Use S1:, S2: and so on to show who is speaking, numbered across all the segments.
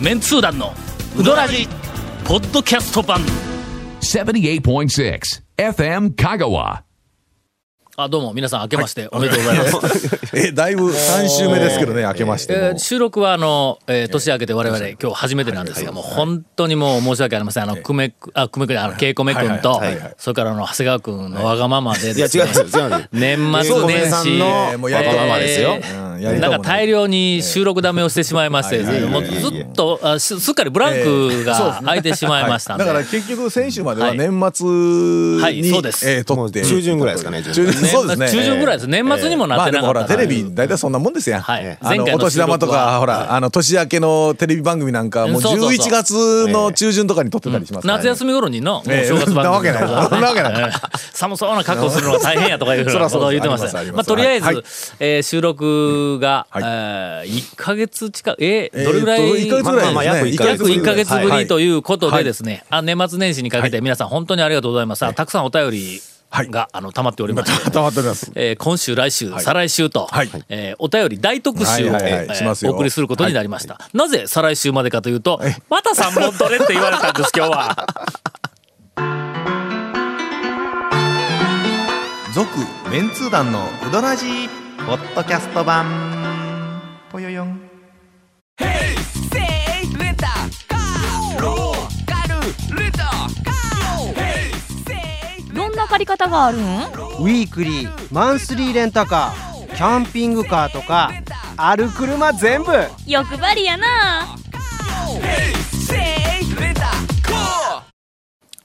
S1: メンツー団のウドラジポッドキャスト版
S2: 78.6 FM Kagawa.
S1: あどうも皆さん明けましておめでとうございます、
S3: え、だいぶ3週目ですけどね、明けまして
S1: え
S3: も
S1: ー。収録はあの、えー年明けて我々今日初めてなんですが、もう本当にもう申し訳ありませんあの久米くあ久米くんあの恵子めくんと
S3: はいはいはい
S1: それからあの長谷川君のわがままで
S4: いや、
S1: です
S4: 違う
S1: ね
S4: んですよ。違うんですよ。
S1: 年末
S4: そう
S1: 年
S4: さ
S1: 始
S4: んの
S3: えーもうやりと
S4: わがままですよ
S3: うんやりと
S1: なん
S3: も
S1: か大量に収録ダメをしてしまいまして、
S3: はいはい
S1: も
S3: は
S1: う
S3: い
S1: ずっとあすすっかりブランクが空いてしまいましたんで、
S3: だから結局先週まで
S1: は
S3: はい年末に、
S1: はいそうです
S3: えー撮って
S4: 中旬ぐらいですかね
S3: 中
S4: 中
S3: 旬
S1: 年
S3: そうですね
S1: 中旬ぐらいです年末にもなってなかった
S3: まあでもほらテレビ大体そんなもんですやん、
S1: はい
S3: あ
S1: 前
S3: の
S1: 回の
S3: お年玉と
S1: 収録は
S3: かほら、あの年明けのテレビ番組なんかもう
S1: そうそうそう
S3: 11月の中旬とかに撮ってたりしますからね
S1: 夏休み頃にの、
S3: ええ
S1: もう正月番組
S3: なわけない
S1: とか
S3: そんなわけない
S1: 寒そうな格好するのが大変やとかいうふう
S3: そ
S1: な
S3: ら
S1: こ
S3: そう
S1: とを
S3: です
S1: 言ってました
S3: あ
S1: ね
S3: り
S1: まあ
S3: ます
S1: と
S3: あります
S1: りあえず、
S3: はい
S1: えー収録が、
S3: はい
S1: えー、1か月近くえー
S3: えー
S1: どれぐらい、
S3: えーっと1ヶ月ぐらいですね、
S4: まあまあ約一ヶ
S1: 約1か月ぶ
S3: は
S1: り
S3: い
S1: ということでですね、あ年末年始にかけて皆さん本当にありがとうございます、あたくさんお便り
S3: はい
S1: が、あの溜まっておりまして
S3: 今溜まっております
S1: えー今週来週、再来週と、
S3: はい
S1: えーお便り大特集を、
S3: はいはいはい
S1: えー
S3: します
S1: お
S3: よ
S1: 送りすることになりました、なぜ再来週までかというと、また3本取れって言われたんです今日は
S3: 続メンツー団の
S5: ウドラジーポッドキャスト版ぽよよん
S6: どんな借り方があるん
S7: ウィークリーマンスリーレンタカーキャンピングカーとかある車全部
S6: 欲張りやな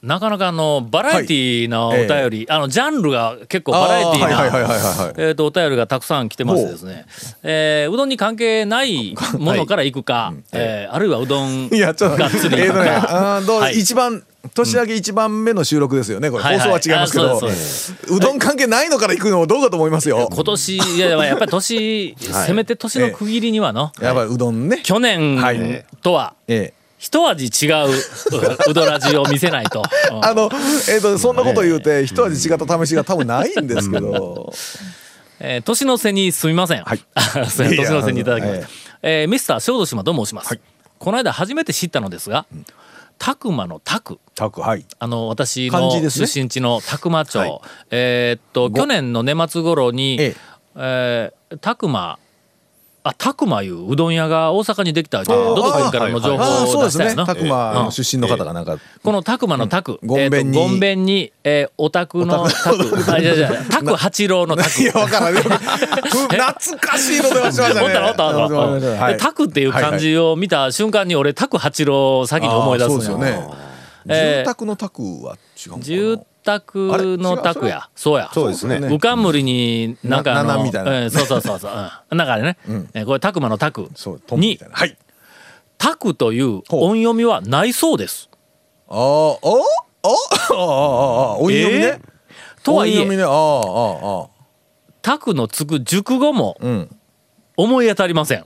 S1: なかなかあのバラエティーなお
S3: は
S1: 便
S3: い
S1: り、あのジャンルが結構バラエティー
S3: あーはいはいはいはい
S1: な
S3: はい
S1: えーとお便りがたくさん来てましてですね、えーうどんに関係ないものからいくか、えーあるいはうどん
S3: いやちょっと
S1: がっつり
S3: え
S1: い
S3: ー
S1: く
S3: とね
S1: か。
S3: あーどう
S1: はい
S3: 一番年明け一番目の収録ですよねこれ、
S1: はいはい
S3: 放送は違いますけ
S1: あ
S3: ど
S1: そうです
S3: うどん関係ないのから行くのもどうかと思いますよ
S1: 今年いやいややっぱり年、せめて年の区切りにはの、
S3: やっぱりうどんね
S1: 去年
S3: はい
S1: とは
S3: ええ
S1: 一味違うううどらじを見せないと。うん
S3: あの、えっ、と、そんなこと言うて、一味違った試しが多分ないんですけど。
S1: えー年の瀬にすみません。
S3: はい
S1: すいません
S3: いやいや
S1: 年の瀬にいただきました
S3: はい。
S1: えーミスター小豆島と申します。この間初めて知ったのですが、たくまのたく。
S3: たく、はい。
S1: あの私の
S3: 漢字です
S1: 出
S3: ね
S1: 身地の宅間町、えーっと去年の年末頃に、
S3: ええ
S1: えー、宅間あ宅間いううどん屋が大阪にできたどこかからの情
S3: あーあー
S1: 報
S3: そ
S1: を
S3: うで
S1: 出し
S3: す
S1: たや
S3: ね。
S1: つな
S3: たくま出身の方がなんか、
S1: この宅間の宅、
S3: うんごんべんに
S1: えーとごんべんに、えー、お宅の宅あいやいやいや宅八郎の
S3: い
S1: 宅
S3: や、わからない。懐かしいのではしましたね。
S1: おったおったおったおった
S3: はい
S1: でタクっていう漢
S3: は
S1: 字を見た瞬間に俺タク八郎を先に思い出す
S3: あー
S1: の
S3: そうですよね。
S1: えー
S3: 住宅のタクは違うのかな。
S1: 住宅の宅やそうや
S4: そうですね。
S1: うかんむりに、なんかあ
S3: な
S1: の、
S3: なみたいな
S1: うんそうそうそうそう。うんなんかあれね、えこれ、たくまのたく
S3: そう、トンみ
S1: に
S3: たい、な。はい。
S1: たくという
S3: ほう
S1: 音読みはないそうです。
S3: あーおおおおおお音読み
S1: え
S3: ね。
S1: とはい
S3: 音読み
S1: え、
S3: ね。あーあーあ
S1: たくのつく熟語も
S3: ー。うん。
S1: 思い当たりません。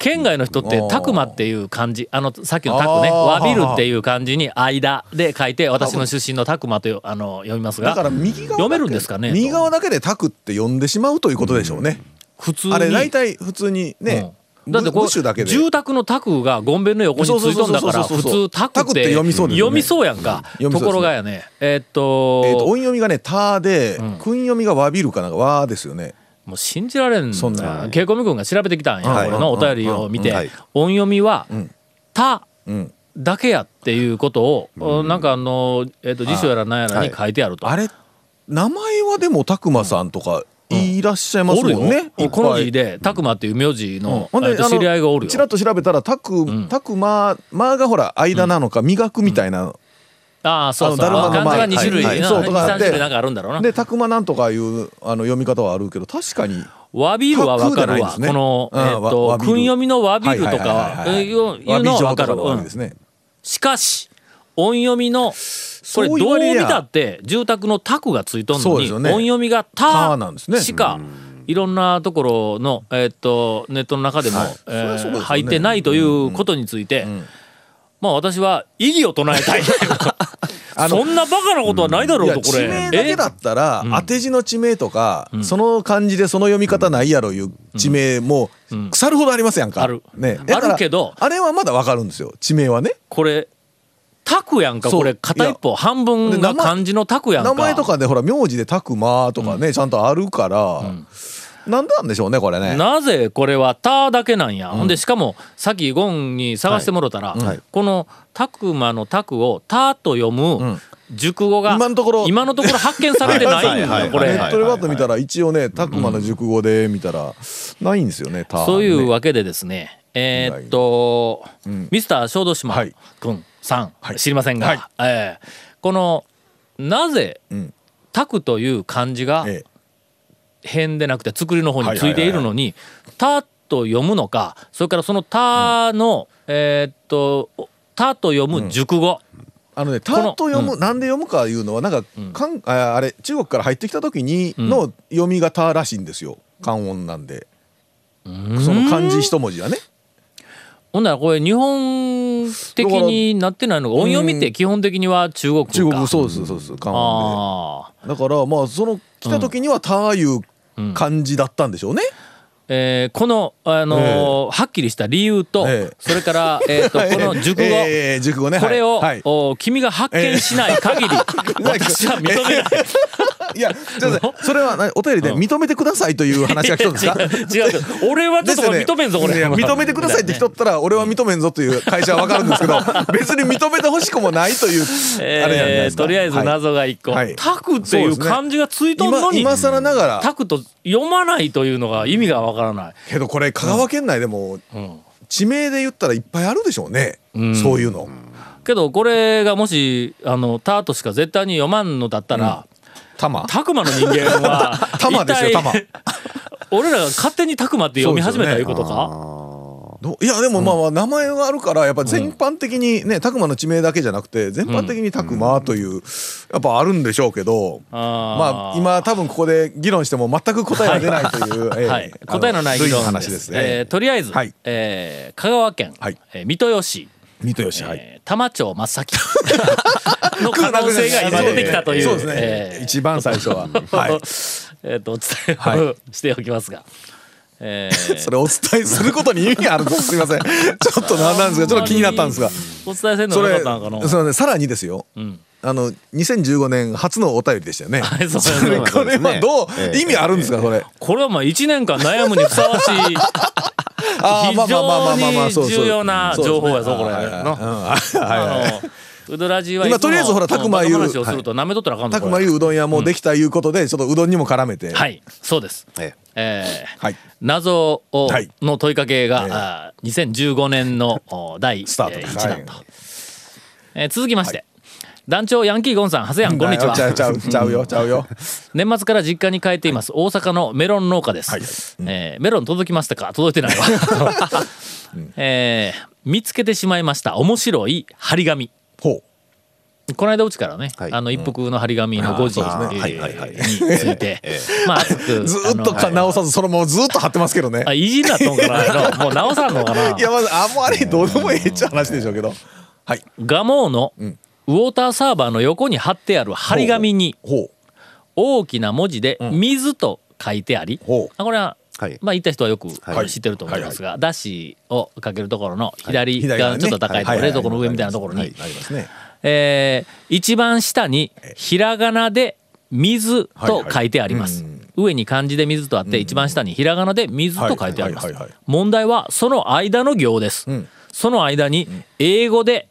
S1: 県外の人って
S3: あー
S1: たくまっていう漢字あのさっきのたくね
S3: あー
S1: わびるっていう漢字に間で書いて私の出身のたくまというあの読みます
S3: だか
S1: が
S3: ら右側だけ
S1: 読めるんですかね
S3: 右側だけでタクって呼んでしまうということでしょうね。
S1: 普通
S3: あれ大
S1: に
S3: 体普通にね、
S1: うんだってこ
S3: ブッシュだけ
S1: う
S3: で
S1: 住宅のタクがゴンベンの横についとんだから
S3: そうそう
S1: 普
S3: そうそう
S1: 通タクっ
S3: タクってて読みそうですよね
S1: 読みそうやんか
S3: 読み
S1: と
S3: そうですね
S1: ころがやねえーっと,、
S3: えー、と音読みがね「た」で、訓読みが「わびる」かなんか「わ」ですよね。
S1: もう信じられん
S3: そんな
S1: 稽古見君が調べてきたんや、
S3: はい
S1: 俺のお便りを見て、
S4: うんはい
S1: 音読みは「た」
S3: うん、
S1: だけやっていうことを、なんかあの、えー、と辞書やら何やらに書いてあると。
S3: あれ名前はでもたくまさんとかいらっしゃいます
S1: おる
S3: も
S1: よ、
S3: んね。いっぱい
S1: この字で「たくま」っていう名字
S3: うん
S1: の、
S3: ほん
S1: えー
S3: で
S1: と知り合いがおる
S3: ちら
S1: よ
S3: っ。と調べたら「たく」たくま「ま」がほら間なのか磨くみたいな。
S1: ああそうそう
S3: あのだるまの
S1: 漢字が
S3: 前
S1: 2種類、
S3: はいはい
S1: な
S3: そう
S1: 2
S3: とかあって
S1: 3種類なんかあるんだろうな。
S3: で「たくま」なんとかいうあの読み方はあるけど確かに。
S1: わびるはわかる
S3: タクーじゃないで
S1: わ。
S3: すね
S1: この、え
S3: うん
S1: ーっと、
S3: わわびる
S1: 訓読みのわびるとかは、
S3: はいはいはいはい
S1: いういうのはわかる。
S3: わび状とのわ
S1: う
S3: け
S1: ん
S3: ですね。
S1: しかし、音読みの、これど
S3: そう言わ
S1: う
S3: れ
S1: 見
S3: りゃ
S1: たって、住宅のタクがついとん
S3: そ
S1: の
S3: うで
S1: に、
S3: すよね
S1: 音読みが
S3: タ
S1: タ
S3: なんですね
S1: しか、いろんなところの、えーっと、ネットの中でも、え
S3: そりゃそ
S1: ー
S3: うですよね
S1: 入ってないということについて、まあ私は異議を唱えたい。
S3: あの
S1: そんなバカなことはないだろ
S3: いうや
S1: とこ
S3: 地
S1: れ
S3: 名だけだったら、
S1: うん
S3: 当て字の地名とか、その漢字でその読み方ないやろいう地名も、腐るほどありますやんか。
S1: ある
S3: ね
S1: ある、
S3: だから
S1: けど
S3: あれはまだわかるんですよ地名はね。
S1: これタクやんか
S3: そう
S1: これ片一方半分
S3: で
S1: が
S3: 名前
S1: 漢字のタクやんか
S3: 名前とかでほら名字で「たくま」とかね、ちゃんとあるから、なんでなんでしょうねこれね。
S1: なぜこれは「た」だけなんや、ほんでしかもさっきゴンに探してもろたら、この「たくま」の「たく」を「た」と読む熟語が
S3: 今のところ
S1: 今のところ発見されてないん
S4: はい
S1: だ
S4: は
S1: よ
S4: い
S1: こ
S4: はい
S3: ネ
S1: れ
S4: は
S3: ッ
S4: い。
S3: トでバット見たら一応ね「たくま」の熟語で見たらないんですよね「た」
S1: そういう
S3: ね
S1: わけでですねえーっと、ミスター小豆島
S3: はい
S1: 君さん、
S3: はい
S1: 知りませんが、
S3: はい
S1: えーこのなぜ
S3: ん
S1: 「たく」という漢字が
S3: ええ
S1: 辺でなくて作りの方についているのに「た」と読むのかそれからその「た」の、えーっと「た」と読む熟語、
S3: あのね「た
S1: この」
S3: と読む、なんで読むかいうのはなんか、かんああれ中国から入ってきた時にの読みが「た」らしいんですよ漢音なんで。その漢字一文字はね
S1: ほんならこれ日本的になってないのが音読みって基本的には中国か
S3: 中国そうですそうです漢音
S1: あー
S3: でだからまあその来た時には「た」いう漢字だったんでしょうね、
S1: えーこの、あのーはっきりした理由と、
S3: ええ
S1: それ から、えーっとこの熟語、
S3: ええ熟語ね
S1: これを、
S3: はいは
S1: お君が発見しない限り、私は認め ない。
S3: い、いやちょっとそれは何お便りで認めてくださいという話が来たんですか
S1: 違う違う俺はちょっとこれ認めんぞ、これ
S3: いや認めてくださいって人っ たら俺は認めんぞという会社は分かるんですけど別に認めてほしくもないというあれなんじゃない
S1: え
S3: で
S1: ー
S3: すか
S1: とりあえず
S3: はい
S1: 謎が一個、
S3: はい
S1: タクっていう漢字がついとんの
S3: 今
S1: に、
S3: 今更ながら
S1: タクと読まないというのが意味がわからない、
S3: けどこれ香川県内でも
S1: うん
S3: 地名で言ったらいっぱいあるでしょうねそういうの
S1: けどこれがもしあのタとしか絶対に読まんのだったら、
S3: 玉
S1: タクマの人間は
S3: 玉ですよ
S1: 一体
S3: 玉
S1: 俺らが勝手にタクマって読み始めたいうことか、
S3: どいやでもまあまあ名前があるからやっぱ全般的にね拓磨の地名だけじゃなくて全般的に拓磨というやっぱあるんでしょうけどま
S1: あ
S3: あ
S1: ー
S3: 今多分ここで議論しても全く答えが出ないという、ええ
S1: はい、
S3: あの
S1: 答えのない議
S3: 類の
S1: 論で
S3: 話
S1: す
S3: です
S1: えー
S3: ね。
S1: とりあえず、
S3: はい
S1: えー香川県、
S3: はい
S1: えー三豊市
S3: 三豊市はい。
S1: えー多摩町真っ 先の可能性が今出てきたという
S3: そうです
S1: え
S3: ね。
S1: ー
S3: 一番最初は。 はい。
S1: えーとお伝えを、
S3: は
S1: しておきますが、え
S3: それをお伝えすることに意味あるぞ。すみま せん。ちょっと何なんですか。ちょっと気になったんですが。
S1: お伝えせんの
S3: そ
S1: なかっ
S3: れ、
S1: たのかな
S3: すみません。さらにですよ。
S1: ん
S3: あの2015年初のお便りでしたよね。
S1: はいそう
S3: それこれはどう意味あるんですか。それ。
S1: これはまあ1年間悩むにふさわしい
S3: あーま
S1: 非
S3: あまあまあまあまあ
S1: 常
S3: まあ
S1: に
S3: そうそう
S1: 重要な情報やぞこれ。
S3: はいはい
S1: な
S3: はいはいはい はい
S1: あのウドラジはいつも
S3: 今とりあえずほら拓磨言う
S1: この話をすると舐めとったらあかんぞ
S3: た
S1: こ
S3: く
S1: れ
S3: まいううどん屋もできたいうことで、ちょっとうどんにも絡めて。。
S1: はいいそうです、
S4: え
S1: えー
S3: はい。
S1: 謎を、
S3: はい
S1: の問いかけが、
S3: ええ
S1: あー2015年 のお第
S3: スタートで
S1: え
S3: す
S1: ー一弾と、
S3: はい
S1: えー続きまして、団長ヤンキーゴンさん長谷やんこんにちは
S3: ちゃうちゃうちゃうよちゃうよ。
S1: 年末から実家に帰っています、大阪のメロン農家です、えーメロン届きましたか届いて ないわ、 えー見つけてしまいました面白い張り紙
S3: ほう。
S1: この間うちからね、
S4: はい
S1: あの一服の張り紙の5時
S4: あーそうですねはいはいはい
S1: につい て、まあ熱く
S3: ずーっと
S1: あの
S3: か直さずそのままずーっと貼ってますけどね
S1: あ。いじになっとんかな もう直さんのかない
S3: やまずあもうあれどうでもええっちゃ話でしょうけど。はい。
S1: ガモーのウォーターサーバーの横に貼ってある張り紙に
S3: ほう。
S1: 大きな文字で「水」と書いてあり、
S3: ほう
S1: あこれは、
S4: はい
S1: まあ行った人はよく
S4: はい
S1: 知ってると思いますが、だしをかけるところの左
S3: 左側
S1: 側
S3: ね
S1: ちょっと高いとこ
S3: は
S1: ろ
S3: いはい
S1: 冷蔵庫の上みたいなところ
S3: はい
S1: に、
S3: ありますね。
S1: えー一番下にひらがなで「水」と書いてあります。上に漢字で水とあって、一番下にひらがなで水と書いてあります
S3: はいはいはいはい。
S1: 問題はその間の行です。
S3: ん
S1: その間に英語で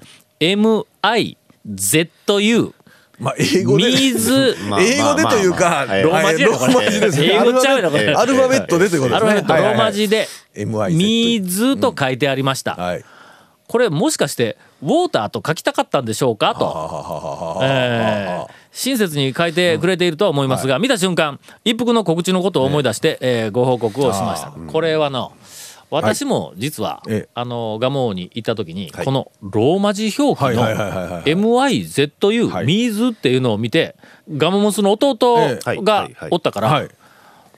S1: MIZU
S3: まあ英語で
S1: 水
S4: まあ
S3: 英語でという
S4: まあまあ
S3: か
S4: まあ
S1: ローマ字やろ
S3: ローマ字ですね。
S1: 英語ちゃうやろこれ
S3: アルファベットでということですね。
S1: アルファベットロ
S3: はいは
S1: ー
S3: いはい
S1: マ字で
S3: MIZ
S1: 水と書いてありました。
S3: はい。
S1: これもしかしてウォーターと書きたかったんでしょうかと。えー親切に書いてくれているとは思いますが、見た瞬間一服の告知のことを思い出して、えーご報告をしました。これはの私も実は、
S3: ええ
S1: あのガモーに行った時に、
S4: はい
S1: このローマ字表記の
S3: はいはいはいはいはい
S1: MIZU、
S3: はい
S1: ミーズっていうのを見てガモモスの弟
S3: え
S4: えはい
S1: が
S4: はいはい
S1: おったから、
S3: はい。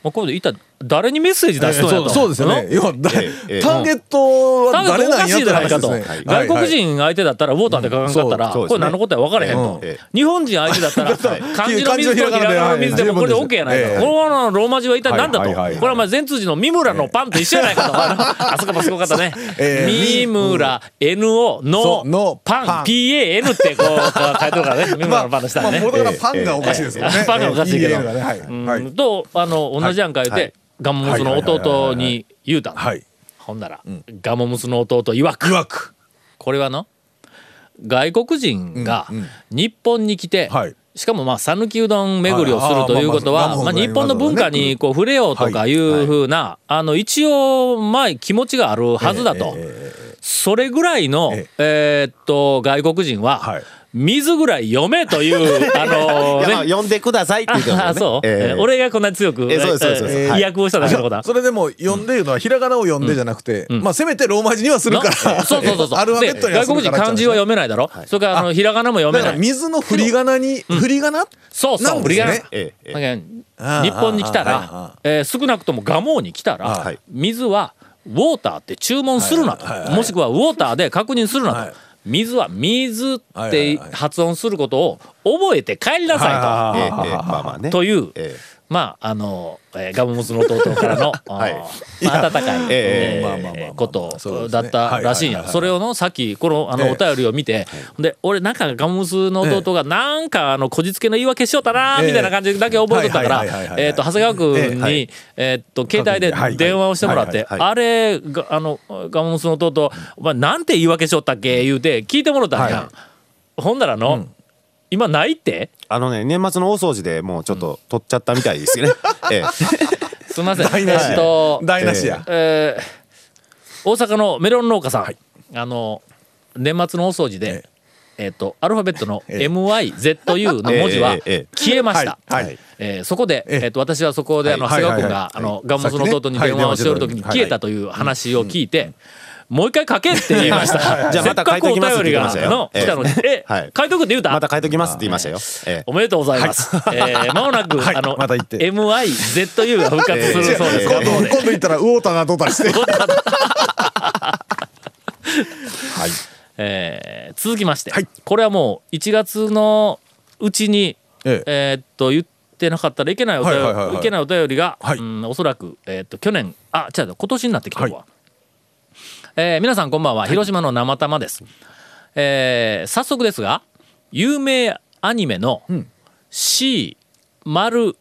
S1: まあ、これでいた誰にメッセージ出しとんやと、
S3: そうですよね。
S1: ん
S3: 要はだ
S4: ええええ
S3: ターゲットは
S1: ターゲ
S3: 誰
S1: ットお
S3: な
S1: か
S3: ん
S1: し
S3: やっ
S1: いじ
S3: て
S1: ゃない
S3: 話
S1: か
S3: で
S1: と、
S3: すね。
S1: 外国人相手だったらウォーターで書かんかったら、
S4: うんそう
S1: これ何のことや分からへんと、
S4: そうですね
S1: 日本人相手だった ら、
S4: うん
S1: 漢字の水とひらがなの水でもこれで OK やないかと、
S3: ええ
S1: このままのローマ字は一体何だと、
S3: はいはいはい
S1: これはまあ前通寺の三村のパンと一緒やないかと、あそこもすごかったね、
S3: ええ
S1: 三村 NO の
S3: そうの
S1: パ
S3: パ
S1: ン
S3: ン
S1: PAN ってこう書いてる からね三村のパンの下にね。
S3: 元々パンがおかしいですよね
S1: ええ。パンがおかしいけど
S3: EL がねはい
S1: うん
S3: はい
S1: とあの同じやんか言う
S4: は
S1: て、ガモムスの弟に言うたんだ
S3: はい。
S1: ほんなら、ガモムスの弟曰く
S3: 曰く
S1: これはの外国人が
S3: うんうん
S1: 日本に来て、
S3: はい
S1: しかもまあ讃岐うどん巡りをす
S3: はい
S1: る
S3: あー
S1: ということ
S3: まあ
S1: は、
S3: まあ
S1: まあ、
S3: まあ
S1: 日本の文化にこう触れようとかいうふうな、あの一応まあ気持ちがあるはずだと、それぐらいの、
S3: え
S1: えーっと外国人は、
S3: はい
S1: 水ぐらい読めという、あのー
S4: いやまあ
S1: ね。
S4: 呼んでくださいって言ってま
S1: あ
S4: す
S1: あそう、
S4: ええ
S1: 俺がこんなに強く、
S4: ええそうですそうですそうです
S1: ええ
S4: はい
S1: 威訳をしただけのことだ
S3: それでも呼んでいうのはひらがなを呼んでじゃなくて、まあせめてローマ字にはする
S1: な
S3: から。
S1: そうそうそうそう
S3: アルファベット
S1: で
S3: には
S1: 外
S3: す
S1: 国人
S3: るから
S1: 漢字は読めないだろ、それからあのひらがなも読
S3: だ
S1: めな
S3: から
S1: い
S3: 水の振り仮名に、振り仮名
S1: そうそう
S3: なんですね
S1: 振り仮
S4: えええ
S1: だ
S4: え
S1: けん
S3: ああ
S1: 日本に来た
S3: ああ
S1: ら
S3: あ、
S1: えー少なくとも蒲生に来たら、
S4: はい
S1: 水はウォーターって注文するなと、
S3: はいはいはい
S1: もしくはウォーターで確認するなと、
S3: はい
S1: 水は水っ
S3: はいはい
S1: て
S3: はい
S1: 発音することを覚えて帰りなさいと。
S3: は
S4: ええええまあまあね
S1: という、
S4: え
S1: まああの、えーガムモスの弟から の、
S4: はい
S1: あーまあ、温かい、
S4: え
S1: え
S4: え
S3: まあまあまあ
S1: ー
S3: まあそう
S1: こと
S3: ですね
S1: だったらしいん
S3: はいはいはい
S1: や
S3: はい
S1: それをのさっきこのあの
S3: ええ
S1: お便りを見て、で俺なんかガムモスの弟がなんかあのこじつけの言い訳しようたなー
S3: ええ
S1: みたいな感じだけ覚えとったから
S3: はいはいはいはいはい
S1: えーと長谷川
S3: え
S1: 君
S3: え
S1: に、
S3: はい
S1: えー、と携帯で
S3: はいはい
S1: 電話をしてもらって、
S4: はいはいはい
S1: あれがあのガムモスの弟お前なんて言い訳しよったっけ言うて聞いてもらったんや、
S3: はい
S1: ほんならの、今ないって
S4: あのね年末の大掃除でもうちょっと取っちゃったみたいです よねええ
S1: すみません。
S3: 台無し
S1: えっと、
S3: 台無しや。
S1: えー大阪のメロン農家さん、あの年末の大掃除で、えっとアルファベットの MYZU の文字は
S4: ええええええ
S1: 消えました。
S3: はいはい
S1: えーそこで、
S3: ええ
S1: えっと私はそこであの長
S3: は
S1: 谷川
S3: い
S1: 君
S3: はい
S1: が
S3: はい
S1: あ
S3: は
S1: の
S3: い
S1: ガンモスの弟に電話をしておる時に
S3: さっき
S1: 消
S3: ね
S1: えたという話を聞いて。もう一回書けって言いました。
S4: じゃあまた書いときます
S1: せっかくお便りが
S4: って言ってましたよ
S1: の
S4: ええ
S1: 来たのに、え
S4: はい、
S1: 書いとくって言うた。
S4: また変えときますって言いましたよええ
S1: おめでとうございます。えーまもなく、あの、
S3: また言って
S1: MIZU が復活する
S4: ええ
S1: そうですよ
S3: 今。度、今度行ったら、ウォーターがどうたりして。はい。
S1: えー続きまして、
S3: はい
S1: これはもう1月のうちに、
S3: ええ
S1: えーっと言ってなかったらいけないお便り、
S3: はいいはいはいはい
S1: けないお便りが、
S3: はい
S1: うんおそらく、えーっと去年あ違う今年になってきたわ、
S3: は
S1: えー皆さんこんばんは広島の生玉です、えー早速ですが有名アニメの「C まる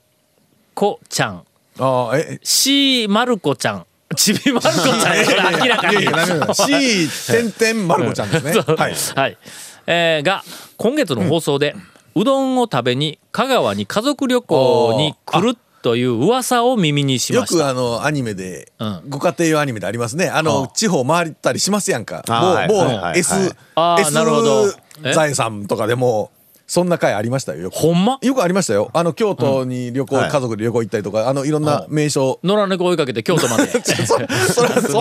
S1: 子ちゃん」
S3: ああ、え、
S1: C まる子ちゃんちびまる子ちゃんや明らか
S3: いや
S1: に
S3: いや、ダメだ。C、点々まる子ちゃんですね。はい。
S1: はい、えーが今月の放送で、うどんを食べに香川に家族旅行に来るという噂を耳にし
S3: よ
S1: ました
S3: くあのアニメで、
S1: うん
S3: ご家庭用アニメでありますねあの、地方回ったりしますやんか
S4: あーはい
S3: 某某
S4: はいはいはい
S3: S
S1: あー
S3: S
S1: なるほどえ
S3: 財産とかでもそんな回ありましたよよく
S1: ほんま
S3: よくありましたよあの京都に旅行、
S4: はい
S3: 家族で旅行行ったりとかあのいろんな 名所、
S1: 野良猫追いかけて京都 まで
S3: そそ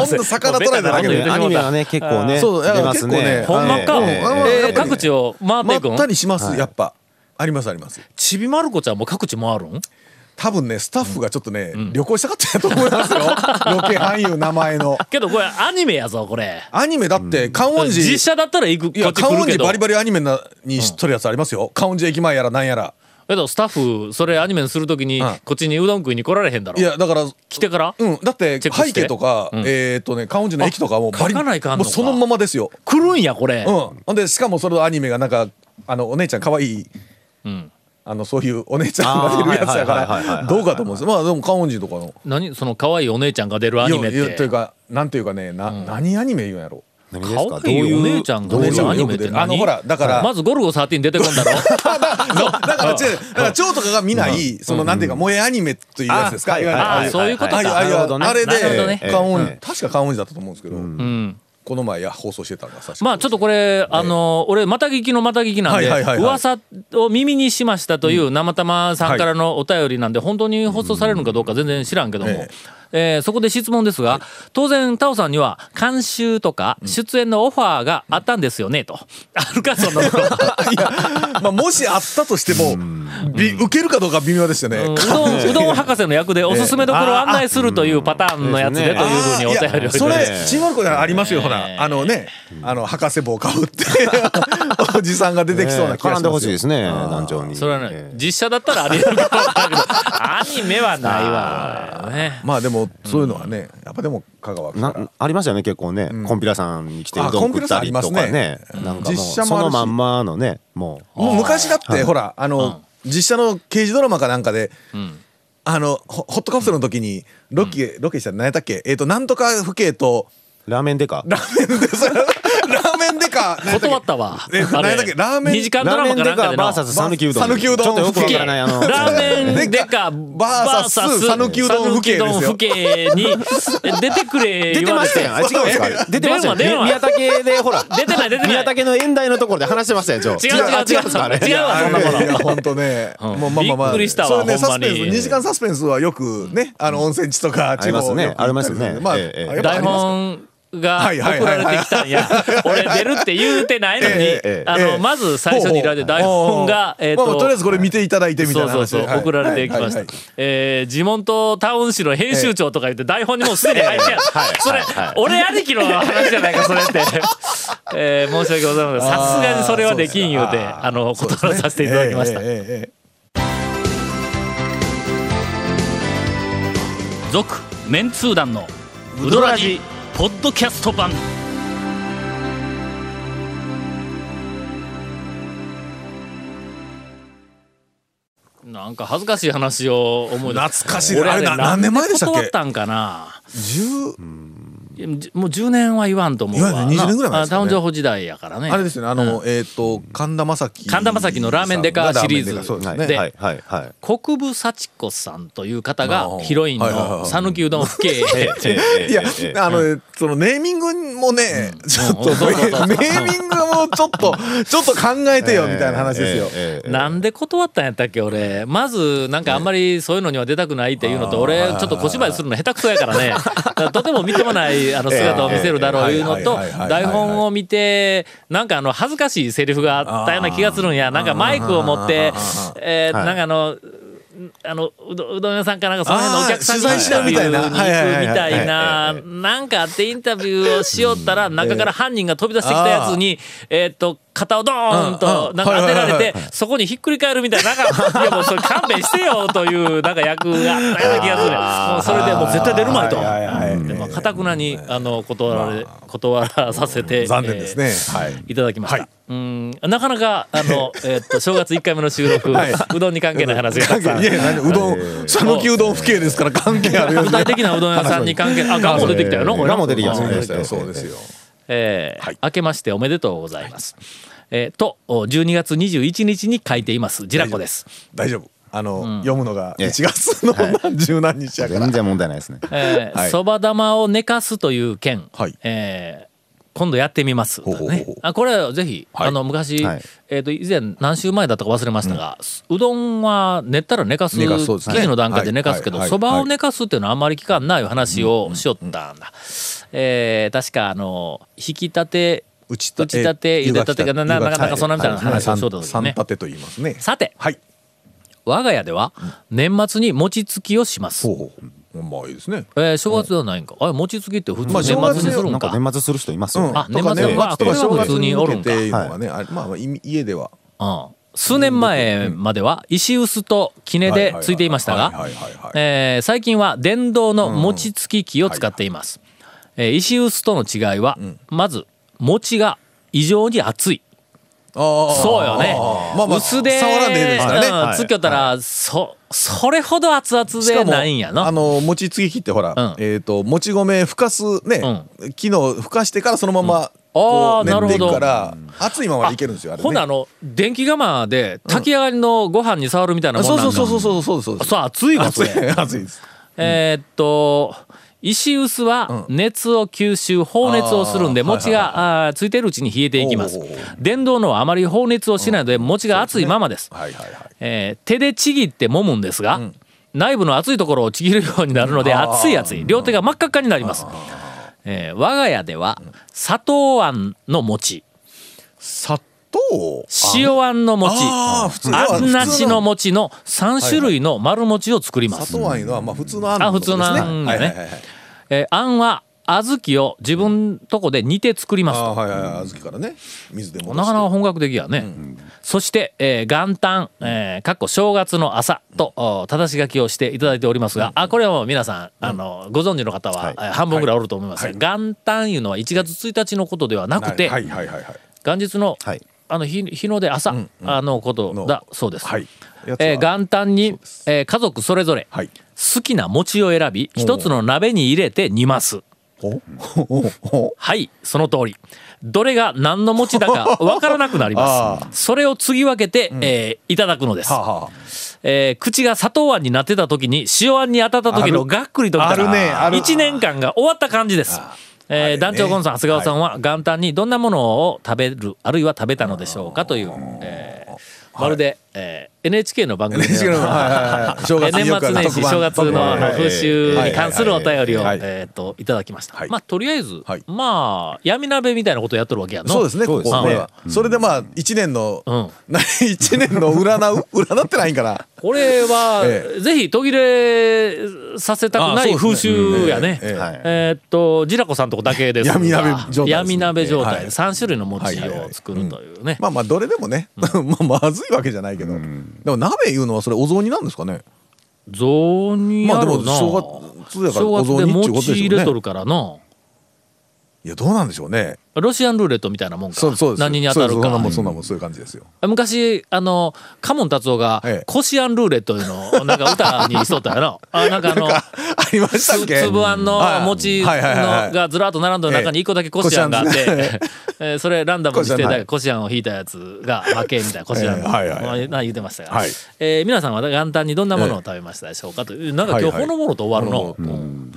S3: そんな魚取られただけ
S1: もうベタなこと言うてしまった
S3: で
S4: アニメはね結構ね
S3: そうだか
S4: 出
S3: ら
S4: ますね
S3: 結構
S1: ほんまか、
S3: あの
S1: え
S3: うんあの
S1: ー
S3: やっぱりね
S1: 各地を回って
S3: ま
S1: いくん
S3: ったりします、やっぱありますあります
S1: ちびまる子ちゃんも各地回るん
S3: 多分ねスタッフがちょっとね、旅行したかったんやと思い ますよロケ俳優名前の
S1: けどこれアニメやぞこれ
S3: アニメだって観音寺
S1: 実写だったら行く
S3: い
S1: こ
S3: や、
S1: っち来
S3: 観
S1: る
S3: 音
S1: け
S3: 寺
S1: ど
S3: バリバリアニメなにしっとるやつありますよ。観音寺駅前やらなんやら。
S1: けどスタッフそれアニメにするときに、
S3: うん
S1: こっちにうどん食いに来られへんだろ
S3: いや、だから、う
S1: 来てから、
S3: ん、だって
S1: チェックして
S3: 背景とか、
S1: うん
S3: えっとね、観音寺の駅とかもうバリ
S1: 書かないかんの
S3: もう
S1: か
S3: そのままですよ。
S1: 来るんやこれ、
S3: うん。ほんで、しかもそれのアニメがなんか、あの、お姉ちゃん可愛い、
S1: ん
S3: あの、そういうお姉ちゃんが出るやつや
S4: あーはいはいはいはい
S3: か
S4: は
S3: ら、
S4: い
S3: どうかと思うんですよまあ、でも観音寺とかの。
S1: 何その可愛いお姉ちゃんが出るアニメっ
S3: いやいやとい
S1: て
S3: うか、なんていうかね、な、何アニメ言うんやろ。
S4: 何です
S1: 可
S4: か
S1: 愛いお姉ちゃんが
S4: どう
S1: 出
S4: いう
S3: ど
S1: るア
S3: ういう
S1: ニメって
S3: あ
S1: 何
S3: のほらだから
S1: まずゴルゴ13出てこんだ ろ
S3: そうだから、違う、だから、蝶とかが見ない、その、なんていうか、萌えアニメというやつですか。
S4: あはい
S3: いわゆる
S1: あ
S3: ああ
S1: あ
S3: いう
S1: そういうこと
S3: ああいう
S1: か
S3: ああいう
S4: なるほどね
S3: あれ
S1: なるほどね
S3: で、観音
S4: ええ
S3: 確か観音寺だったと思うんですけど、
S1: うん
S3: この前いや放送してたんだ確か
S1: まあちょっとこれあの俺また聞きのまた聞きなんで
S3: はいはいはいはい
S1: 噂を耳にしましたという生玉さんからのお便りなんで本当に放送されるのかどうか全然知らんけども
S3: ええ
S1: えーそこで質問ですが、当然タオさんには監修とか出演のオファーがあったんですよね とあるかそんなこと
S3: いや、 まあ、もしあったとしても、び受けるかどうか微妙ですよね。
S1: うんうどんうどん博士の役でおすすめどころを案内するというパターンのやつでというふうにお
S3: い
S1: 便りを
S3: や
S1: いた
S3: そ
S1: だいて
S3: れちんまる子じゃありますよ、ほ
S1: え
S3: らあのねあの博士帽をかぶって おじさんが出てきそうな気がし
S4: 絡んで
S3: ま
S4: ほ
S3: す
S4: し
S3: よ
S4: いですね団長に
S1: それはね
S4: ええ
S1: 実写だったらありえるかもだけ どアニメはないわ、ね、
S3: まあでもそういうのはねやっぱでも香川から
S4: なありましたよね結構ね、コンピラさんに来て
S3: あ
S4: うどん食ったり
S3: コンピラ
S4: と
S3: さんあ
S4: か
S3: り
S4: ね
S3: ますね
S4: なんかもう
S3: 実写もあるし
S4: そのまんまのねもう
S3: もう昔だってほらあの実写の刑事ドラマかなんかであのホホットカプセルの時にロケロケしたら何やったっけえっとなんとか府警と
S4: ラーメンデカ
S3: ラーメンでそれラーメンでか何やった
S1: 断
S3: っ
S1: っ
S3: け
S1: たわ
S3: え
S1: あれ
S3: 何だっけラーメン
S1: 2時間ド
S4: ラー
S1: ラマ
S4: メン
S1: か
S4: デ
S1: なんか
S4: カ
S1: での
S4: VS 讃岐うどん
S3: 讃岐うどん
S4: ちょっとよくわ からないあの
S1: ラーメンデ
S3: デ
S1: カ
S3: カ
S1: VS
S3: 讃岐うどん府警ですよ
S1: 讃岐うどん府警にえ出てくれ
S4: 出て
S1: 言わ
S4: ま
S1: れ
S4: した
S1: て
S4: やんあ違う んですか出てましたよ
S1: 電話電話
S4: み宮武でほら
S1: 出てない出てない
S4: 宮武の演題のところで話してましたよち
S1: 違
S4: ょ
S1: う違う
S4: あ
S1: 違う
S4: うんですかあれ
S1: 違うわそんなもの
S3: いや本当ね、
S1: ん
S3: もうまあまあまあ
S1: びっくりしたわ
S3: そうね
S1: ほんま
S3: サ
S1: に
S3: スペンス2時間サスペンスはよくね、あの温泉地とか地方
S4: ありますね
S3: よく行った
S4: ありますよね
S3: まあ、
S4: ええ
S3: やっぱあ
S1: 台
S3: りますよ
S1: 本が
S3: はい
S1: 送
S3: はいは
S1: ら
S3: いはい
S1: れてきたんや俺出るって言うてないのに、
S3: え
S4: え
S1: あ
S3: え
S1: の
S3: え
S1: まず最初にいられて台本が、
S3: ほうほう
S1: えっと
S3: まあまあとりあえずこれ見ていただいてみたいな話
S1: そうそうそう、
S3: はい
S1: 送られてきました、
S3: はいはいはい
S1: えー地元タウン市の編集長とか言って台本にもうすでに入ってやる、それ、俺ありきの話じゃないかそれって、えー申し訳ございませんさすがにそれはできん言うてあの断らさせていただきました
S3: ええええええ
S1: 「続、メンツー団のウドラジポッドキャスト版」なんか恥ずかしい話を思い出す
S3: 懐かしい
S1: 俺
S3: あれ
S1: ね
S3: な何年前でしたっ
S1: 断っ
S3: け
S1: たんかな
S3: 10
S1: いやじもう10年は言わんと思うわ
S3: 言わない20年ぐらい前ですかね
S1: あタウン情報時代やからね
S3: あれですよねあの、えっ、と神田正輝
S1: 神田正輝のラーメンデカシリーズ
S3: さんがラメンデカそうですね
S1: で
S4: はいはい はい
S1: 国分幸子さんという方
S3: あ
S1: が
S3: ー
S1: ヒロイン
S3: はいはいはい
S1: の
S3: はい
S1: 讃岐うどん府警
S4: ええええええ
S3: いや
S4: ええ、
S3: あの、そのネーミングもね、ちょっと、
S1: うんそうそうそう
S3: ネーミングもちょっと、ちょっと考えてよみたいな話ですよ。
S4: ええええええ
S1: なんで断ったんやったっけ俺まずなんかあんまりそういうのには出たくないっていうのと俺ちょっと小芝居するの下手くそや からねだからとても見てもないあの姿を見せるだろういうのと
S3: ええええはいはいはいはい
S1: 台本を見てなんかあの恥ずかしいセリフがあったような気がするんやなんかマイクを持ってえーなんかあの。あのうどうどん屋さんかなんかその辺のお客さんに
S3: あー
S1: インタビューに行くみ
S3: 取材しないみたいなはいはいはい
S1: たいななんかあってインタビューをしよったら中から犯人が飛び出してきたやつにえーっと肩をドーンとなんか当てられてそこにひっくり返るみたいな、なん か、いやもうそれ勘弁してよという、なんか役があったような気がする。もうそれでもう絶対出るまいと。
S3: はいはいはい
S1: でまあ、かたくなに、あの、断られ、断らさせて。
S3: 残念ですね
S1: え
S3: はい
S1: ーいただきました。
S3: はい
S1: うん、なかなか、あ の、えーっと、正月一回目の収録、
S3: はいう
S1: どんに関係ない話がたくさん
S3: いや、何うどん、讃岐うどん不景ですから関係あるよ
S1: 具体的なうどん屋さんに関係ない、あ、ガモ出てきたよな、これな
S4: ガモ出てきましたね
S3: そうですよそうですよ。
S1: えー明けましておめでとうございます。えーと、12月21日に書いています、ジラコです。
S3: 大丈夫。あの、読むのが1月の何十何日やから。
S4: 全然問題ないですね
S1: えー
S3: はい
S1: そば玉を寝かすという件、
S3: はい
S1: えー今度やってみます、
S3: ほうほうほう
S1: ねあこれぜひ、
S3: はい
S1: あの昔、
S4: はい
S1: えー、と以前何週前だったか忘れましたが、うどんは寝たら寝かす
S3: 寝かすそうです
S1: 生
S3: ね
S1: 地の段階で寝かすけど
S3: はい
S1: そば、を寝かすっていうのはあんまり聞かんない話をしよったんだ、えー確かあの引き立て
S3: 打ち
S1: 打ち立て茹でたてがなななんかなんかそんなみたいな話をしようとです
S3: 三
S1: ね
S3: 立てと言いますね。
S1: さて
S3: はい。
S1: 我が家では年末に餅つきをします、
S3: ほうほう。まあいいですね。
S1: えー正月ではないんか、あれ餅つきって普通
S3: まあ
S1: 年末にする
S3: そ
S1: ん
S4: なん
S1: か
S4: か年末する人いますよね
S1: あ年末
S3: とか
S1: はこれは
S3: 正月
S1: 普通におるん
S3: 向
S1: か
S3: けていうのはね、あれまあまあい家では
S1: うん数年前までは石臼と杵でついていましたが
S3: はいはいはいはいはいはいはい
S1: えー最近は電動の餅つき機を使っています、えー石臼との違いは、まず餅が異常に熱い
S3: そ
S1: そうよね
S3: まあまあ、
S1: 薄で
S3: 触らねえですからね。
S1: うん、つきよったら、そそれほど熱々でないんや
S3: あ
S1: な
S3: の餅つぎ切ってほら、
S1: うん
S3: えっ、ともち米ふかすね、機能ふかしてからそのままこう
S1: あー
S3: 練っていくか
S1: な
S3: ら熱いままでいけるんですよあれ、ね。
S1: ほなあの電気釜で炊き上がりのご飯に触るみたいなもんな
S3: そ
S1: ん
S3: う
S1: か
S3: そうそうそうそうそうそう。
S1: そう熱いわそ
S3: 熱
S1: れ
S3: い熱いです。
S1: えーっと石臼は熱を吸収放熱をするんで
S3: あーはいはいはい
S1: 餅があーついてるうちに冷えていきます
S3: おうおうおう
S1: 電動のはあまり放熱をしないので餅が熱いままです
S3: はいはいはい。
S1: えー手でちぎって揉むんですが内部の熱いところをちぎるようになるので熱い熱い両手が真っ赤っかになります、えー我が家では砂糖あんの餅
S3: 砂糖
S1: 塩あんの餅
S3: あー普通
S1: あんなしの餅の3種類の丸餅を作りま
S3: 砂
S1: す、
S3: 糖あんいうのはまあ普通のあん
S1: あ普通のあんね
S3: はいはいはいはい
S1: えーあんは小豆を自分とこで煮て作ります
S3: あーはいはいはい小豆からね水で戻して
S1: なかなか本格的やね、そして、えー元旦、えーかっこ正月の朝と、お正し書きをしていただいておりますが、あこれはもう皆さん、あのご存知の方は、
S4: はい
S1: えー半分ぐらいおると思いますが、
S3: はい
S1: 元旦いうのは1月1日のことではなくて、
S3: はいはいはいはい
S1: 元日の,、
S4: はい
S1: あの日日の出朝、
S3: ん
S1: あのことだ
S3: の
S1: そうです、
S3: はいやつは
S1: えー元旦に、えー家族それぞれ、
S3: はい
S1: 好きな餅を選び一つの鍋に入れて煮ます
S3: ほほほ
S1: はいその通りどれが何の餅だか わからなくなり
S3: あ
S1: ますそれを継ぎ分けて、えーいただくのです、
S3: はあは
S1: えー口が砂糖あんになってた時に塩あんに当たった時のがっくりときた
S3: あるねある
S1: 1年間が終わった感じです
S3: あ
S1: えー
S3: れね
S1: 団長ゴンさん長谷川さんは元旦にどんなものを食べるあるいは食べたのでしょうかという、えーまるで、えー NHK の番組のような
S3: NHK のはいはいはい正月によ
S1: 年末
S3: くある
S1: 年始
S3: 特番
S1: 正月のあの
S3: はい
S1: 風習に関するお便りを、
S3: はいはいはい
S1: えー、といただきました、
S3: はい
S1: まあとりあえず、
S3: はい
S1: まあ闇鍋みたいなことやっとるわけや
S3: あ
S1: の
S3: そうですねここ
S1: ね
S3: これはそれでまあ一年の
S1: うん
S3: な 一年の占う占ってないんかな
S1: これは、
S3: え
S1: ぜひ途切れさせたく
S3: あ
S1: ない
S3: そう
S1: 風
S3: ですね
S1: 習やね。
S3: ええええはい
S1: えーっとジラコさんとこだけですが
S3: 闇鍋状態ですね
S1: 闇鍋状態
S3: ええはい
S1: 3種類の
S3: は
S1: 餅
S3: いはいは
S1: を
S3: い
S1: 作るというね。
S3: まあまあどれでもね まあまずいわけじゃないけどでも鍋いうのはそれお雑煮なんですかね
S1: 雑煮
S3: ま
S1: や
S3: あで
S1: ろ
S3: も
S1: な。
S3: 正月やから
S1: 正
S3: お
S1: 月
S3: 雑
S1: で
S3: 煮っちゅうこと
S1: 餅入れ
S3: でしょ
S1: と
S3: うね
S1: るからな。
S3: いやどうなんでしょうね
S1: ロシアンルーレットみたいなもんか
S3: そうそうです
S1: 何に当たる
S3: そうですそんな
S1: か
S3: もんそんなもんそういう感じですよ
S1: 昔あのカモン達夫が
S3: ええ
S1: 「コシアンルーレット」いうのをなんか歌にしとったや ろあなんかあの
S3: ありましたっけ
S1: つぶあんの
S3: はい
S1: 餅の
S3: はいはいはいはい
S1: がずらっと並んだ中に一個だけこしあんがあっ
S3: ええ
S1: て、 えーそれランダムにして
S3: こしあんはい
S1: こしあんを引いたやつが負けみたいなこしあん
S3: ええはいはい
S1: まあな言ってましたが、
S3: はい
S1: えー皆さんは元旦にどんなものを食べましたでしょうかというなんか今日
S3: はいは
S1: ほ
S3: い
S1: のものと終わるの、
S3: ほのものと
S1: うん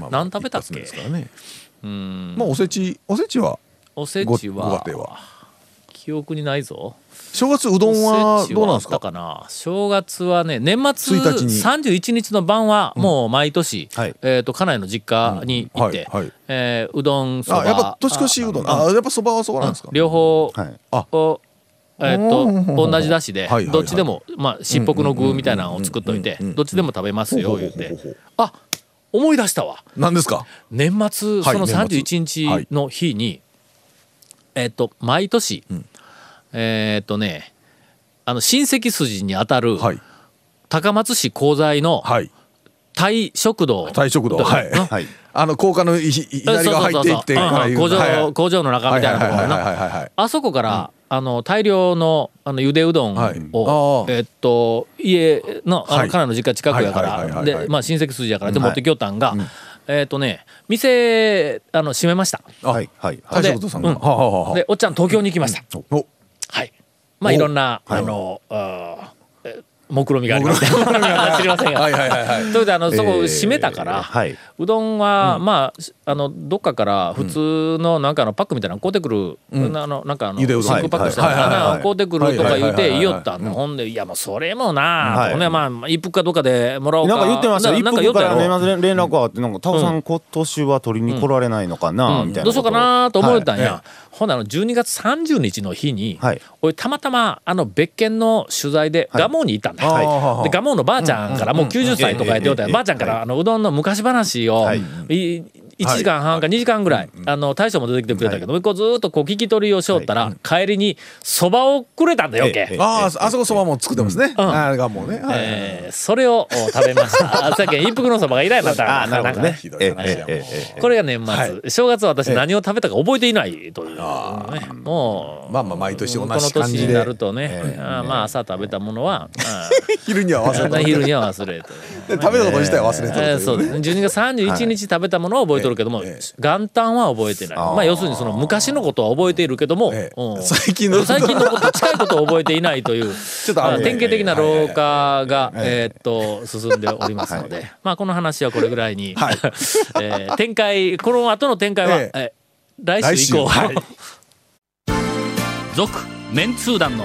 S3: まあ
S1: 何食べたっけ
S3: 一発目ですからねまあおせちおせちは
S1: おせ
S3: ご
S1: ち
S3: ご家
S1: は
S3: 庭は
S1: 記憶にないぞ
S3: 正月うどん
S1: お
S3: は
S1: せち
S3: どうなんです
S1: あった
S3: か
S1: かな正月はね年末
S3: 1日に
S1: 31日の晩はもう毎年、
S4: はい
S1: えー、と家内の実家に行って、
S3: うんはいはい
S1: えーうどんそば
S3: あやっぱ年越しうどんあやっぱそばはそばなんですか
S1: 両方
S4: はい
S1: を、えーっ
S3: うんうんうん
S1: と
S3: うん
S1: 同じだしで、
S3: はいはいはい
S1: どっちでも、まあ、しっぽくの具みたいなのを作っといて、
S3: うんうんうんうん
S1: どっちでも食べますよ
S3: ほうほ
S1: 言
S3: う
S1: っ
S3: ほうほう
S1: てあ思い出したわ
S3: 何ですか
S1: 年末
S3: はい
S1: その
S3: 年末
S1: 31日の日に、えーっと毎年、
S3: ん
S1: えーっとねあの親戚筋にあたる
S3: はい
S1: 高松市鉱材の
S3: はい
S1: タイ食堂
S3: 大食堂
S1: だ
S3: はい
S1: な
S4: はい
S3: あの高架のいい左が入っていって
S1: そう
S3: か
S1: そうそううん
S3: ら言
S1: 工
S3: うはいは
S1: 場
S3: い
S1: 工場の中みたいなところ
S3: はいはいはいはいはいは
S1: ないあそこからあの大量のあのゆでうどん
S3: はい
S1: を
S3: あー
S1: えっと家のあ
S3: は
S1: の
S3: い
S1: 彼の実家近くやか
S3: はいはいはい
S1: ら
S3: はいはい
S1: でまあ親戚筋やからで持ってきよったんがえっとね店あの閉めました
S3: あ
S4: はいはいは
S3: 大
S4: い
S3: 食堂さんが
S1: うん
S3: はあはあはあ
S1: でおっちゃん東京に行きました
S3: お
S1: はいまあ
S3: お
S1: いろんな
S3: は
S1: あ
S3: い
S1: のあーえ目論見みがありました 知りませんが
S3: はいはいはいはい
S1: ということであのそこ閉めたから、
S4: えーはいう
S1: どんは、まあしあのどっかから普通のなんかあのパックみたいなの買うてくる、あのなんかあの
S3: ゆでうどん
S1: 真空パックした
S3: はいはいはいは
S1: あ
S3: い
S1: んなの買うてくるとか言う
S3: はいはいはい
S1: て
S3: はい
S1: 言いよったのほんでいやもうそれもな、
S4: はい
S1: ほんでまあ一服かどっかでもらおうか
S4: なんか言ってましたよ
S1: な
S4: 一
S1: なんか言
S4: 服
S1: っ
S4: か
S1: たや
S4: ら
S1: ろ
S4: ね連絡があってなんかタオさん今年は取りに来られないのかなみたいな
S1: どうしようかなと思えたんや、
S4: は
S1: ほんなら12月30日の日に、
S4: はい
S1: 俺たまたまあの別件の取材で
S4: はい
S1: 蒲生に行ったんだ、
S4: はい
S1: で蒲生のばあちゃんから、もう90歳とかやっておったんや、ばあちゃんからあのうどんの昔話を、
S4: はい
S1: い1時間半か2時間ぐらい、あの大将も出てきてくれたけど、こうずーっとこう聞き取りをしよったら、帰りにそばをくれたんだよ、け。
S4: ええええ
S3: あーあそこそばも作ってますねあれがもうねはいはいはい
S1: えーそれをお食べました。 あさっき一服のそばがイライラしたから
S4: あなるほどね
S3: ひどい話やもん
S4: ええええええ
S1: これが年末、
S3: は
S1: 正月は私何を食べたか覚えていないという、ね、もう
S3: まあまあ毎年同
S1: この
S3: じ感
S1: 年
S3: じ
S1: にな
S3: で
S1: るとね、あーまあ朝食べたものは、あ
S3: 昼には忘れ
S1: ー
S3: た
S1: 昼には忘れて、
S3: で食べ たこと自体は忘れてるとい
S1: え
S3: う
S1: ー
S3: ね
S1: そうですね12月31日食べたものを覚えとるけども、
S3: えええ
S1: 元旦は覚えてない
S4: あー
S1: まあ要するにその昔のことは覚えているけども、
S3: ええ
S1: うん
S3: 最近の
S1: 最近のこと近いことを覚えていないという
S3: ょっとあの
S1: まあ典型的な老化が、
S3: いはい
S1: えーっと進んでおりますので、まあこの話はこれぐらいに、
S3: はい
S1: えー展開この後の展開は、
S3: え
S1: えー来週以降
S3: 来 週はい
S1: 続、メンツー団の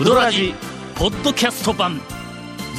S1: ウドラジポッドキャスト版「